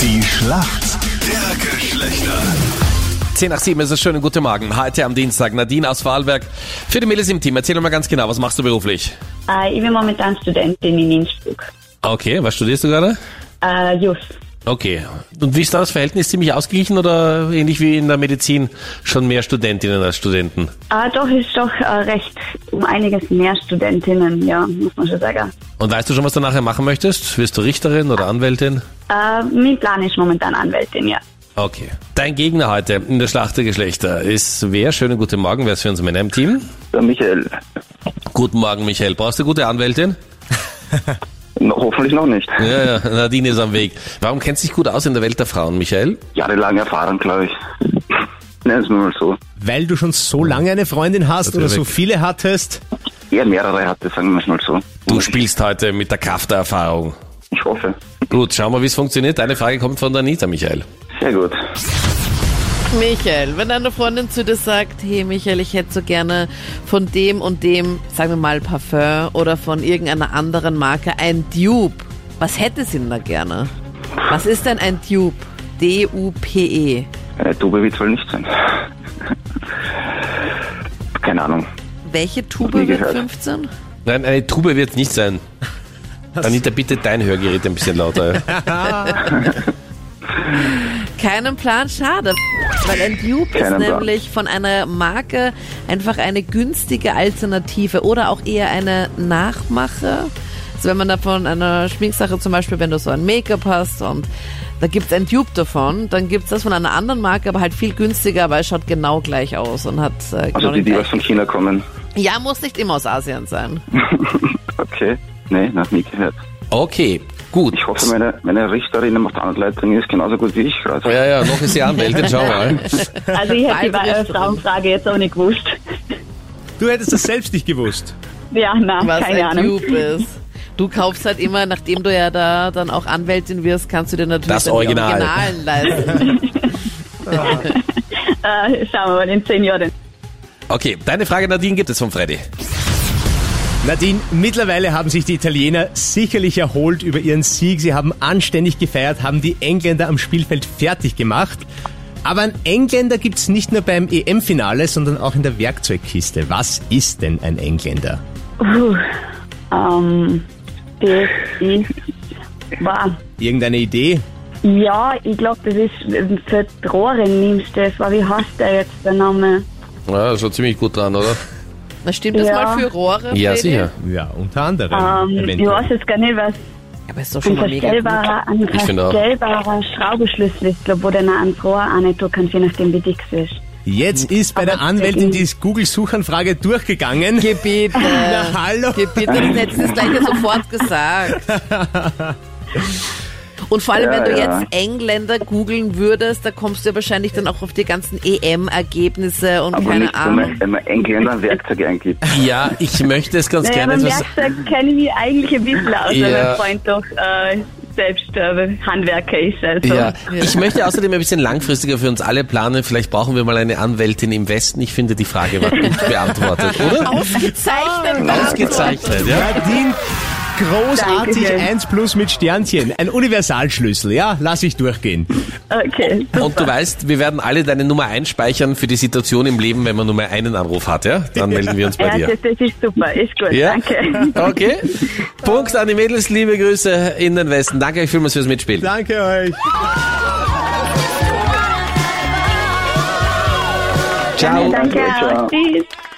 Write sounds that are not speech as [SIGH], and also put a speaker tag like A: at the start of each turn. A: Die Schlacht der Geschlechter.
B: 10 nach 7 ist es schöne guten Morgen. Heute am Dienstag Nadine aus Vorarlberg. Für die Mädels im Team, erzähl doch mal ganz genau, was machst du beruflich?
C: Äh, ich bin momentan Studentin in Innsbruck.
B: Okay, was studierst du gerade?
C: Äh, Jus.
B: Okay. Und wie ist da das Verhältnis? Ziemlich ausgeglichen oder ähnlich wie in der Medizin schon mehr Studentinnen als Studenten?
C: Äh, doch, ist doch äh, recht um einiges mehr Studentinnen, ja, muss man schon sagen.
B: Und weißt du schon, was du nachher machen möchtest? Wirst du Richterin oder Anwältin?
C: Äh, mein Plan ist momentan Anwältin,
D: [LAUGHS]
C: ja.
B: Okay. Dein Gegner heute in der Schlacht der Geschlechter ist wer? Schönen guten Morgen, wer ist für uns Männer im Team?
E: Der Michael.
B: Guten Morgen, Michael. Brauchst du gute Anwältin?
E: No, hoffentlich noch nicht.
B: Ja, ja, Nadine ist am Weg. Warum kennst du dich gut aus in der Welt der Frauen, Michael?
E: Jahrelang erfahren, glaube ich. Nennen es nur mal so.
F: Weil du schon so lange eine Freundin hast oder so viele hattest.
E: Eher mehrere hatte, sagen wir es mal so.
B: Du spielst heute mit der Kraft der Erfahrung.
E: Ich hoffe.
B: Gut, schauen wir, wie es funktioniert. Eine Frage kommt von der Anita, Michael.
E: Sehr gut.
D: Michael, wenn deine Freundin zu dir sagt, hey Michael, ich hätte so gerne von dem und dem, sagen wir mal Parfum oder von irgendeiner anderen Marke ein Dupe. Was hätte sie denn da gerne? Was ist denn ein Dupe? D-U-P-E.
E: Äh, Tube wird wohl nicht sein. Keine Ahnung.
D: Welche Tube
E: Nie
D: wird
E: gehört.
D: 15?
B: Nein, eine Tube wird nicht sein. Anita, bitte dein Hörgerät ein bisschen lauter. ja.
D: Keinen Plan, schade. Weil ein Dupe ist
E: Keinen Plan.
D: nämlich von einer Marke einfach eine günstige Alternative oder auch eher eine Nachmache. Also wenn man da von einer Schminksache zum Beispiel, wenn du so ein Make-up hast und da gibt's ein Dupe davon, dann gibt's das von einer anderen Marke, aber halt viel günstiger, weil es schaut genau gleich aus und hat äh, genau
E: Also die,
D: den
E: die was
D: gleichen.
E: von China kommen. [LAUGHS]
D: Ja, muss nicht immer aus Asien sein.
E: Hm. Okay. Nee, noch nie gehört.
B: Okay, gut.
E: Ich hoffe, meine, meine Richterin macht Anleitung ist genauso gut wie ich Also gerade.
B: Oh Ja, ja, noch ist sie Anwältin, schau mal.
C: Also ich hätte die
D: Bald
C: äh,
D: Richterin.
C: Frauenfrage jetzt auch nicht gewusst. [LAUGHS]
F: Du hättest das selbst nicht gewusst.
C: Ja, na,
D: was
C: keine
D: ein
C: Ahnung.
D: Dupe ist. Du kaufst halt immer, nachdem du ja da dann auch Anwältin wirst, kannst du dir natürlich
B: Das
D: dann die
B: Original.
D: Originalen leisten.
C: Äh, [LAUGHS] schauen wir mal in zehn Jahren.
B: Okay, deine Frage, Nadine, gibt es von Freddy.
F: Nadine, mittlerweile haben sich die Italiener sicherlich erholt über ihren Sieg. Sie haben anständig gefeiert, haben die Engländer am Spielfeld fertig gemacht. Aber einen Engländer gibt's nicht nur beim EM-Finale, sondern auch in der Werkzeugkiste. Was ist denn ein Engländer?
C: Puh. Ähm, das ist... Wow.
F: Irgendeine Idee?
C: Ja, ich glaube, das ist äh, für die Rohre nimmst du das. weil Wie heißt der jetzt, der Name?
B: Ja, schon ziemlich gut dran, oder?
D: Na, stimmt das
C: Ja.
D: mal für Rohre?
B: Ja,
D: Freddy?
B: sicher.
F: Ja, unter anderem.
C: Ähm, ich
F: eventuell.
C: weiß
D: also-
C: jetzt gar nicht, was
D: Aber ist doch schon
C: Ein
D: mal mega gut.
C: verstellbarer, ein
B: Ich finde auch.
C: verstellbarer Schraubenschlüssel ist, glaube wo du ihn ans Rohr antun kannst, je nachdem wie dick es ist.
F: Jetzt ist bei der Anwältin die Google-Suchanfrage durchgegangen. [LAUGHS]
D: Gebiete.
F: Na, hallo.
E: [LAUGHS]
D: Gebiete, das hättest du das gleich ja sofort gesagt. Und vor allem,
E: Ja,
D: wenn du
E: ja.
D: jetzt Engländer googeln würdest, da kommst du ja wahrscheinlich dann auch auf die ganzen EM-Ergebnisse und
E: Aber
D: keine
E: nicht, wenn man,
D: Ahnung.
E: wenn man Engländer
B: [LAUGHS]
E: Werkzeuge eingibt.
B: Ja, ich möchte es ganz
C: Naja,
B: gerne
C: beim
B: etwas.
C: Werkzeug kenne ich mich eigentlich ein bisschen aus, weil
B: Ja.
C: mein Freund doch äh, selbst äh, Handwerker ist. Also.
B: Ja, ich möchte außerdem ein bisschen langfristiger für uns alle planen. Vielleicht brauchen wir mal eine Anwältin im Westen. Ich finde, die Frage war gut beantwortet, oder?
D: [LAUGHS] Ausgezeichnet.
B: Ausgezeichnet, ja.
F: Nadine, großartig,
C: Dankeschön.
F: 1 plus mit Sternchen. Ein Universalschlüssel, ja, lass ich durchgehen.
C: Okay,
B: Und du weißt, wir werden alle deine Nummer einspeichern für die Situation im Leben, wenn man nur mal einen Anruf hat, ja? Dann melden wir uns bei
C: ja,
B: dir.
C: das, das ist super, ist gut,
B: Ja?
C: danke. [LAUGHS]
B: Okay. Punkt an die Mädels, liebe Grüße in den Westen. Danke euch vielmals fürs Mitspielen.
F: Danke euch.
B: Ciao.
C: Danke,
E: Ciao.
C: auch. tschüss.